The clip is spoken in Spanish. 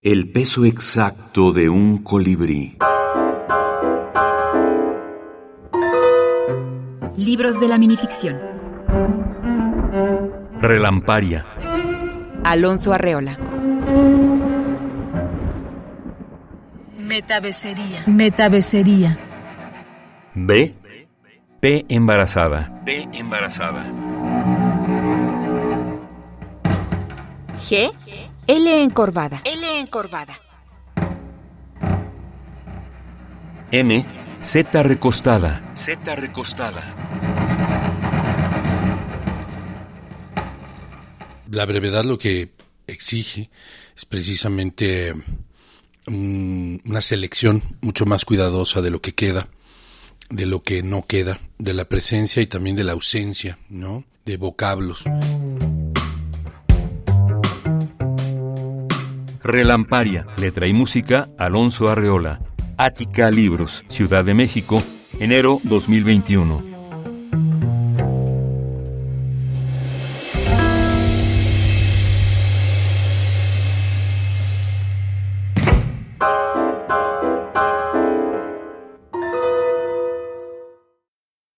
El peso exacto de un colibrí. Libros de la minificción. Relamparia. Alonso Arreola. Metabecería. Metabecería. B. P embarazada. P embarazada. G. L encorvada. L encorvada. M. Z recostada. Z recostada. La brevedad lo que exige es precisamente un- una selección mucho más cuidadosa de lo que queda, de lo que no queda, de la presencia y también de la ausencia, ¿no? De vocablos. Relamparia. Letra y música. Alonso Arreola. Ática Libros. Ciudad de México. Enero 2021.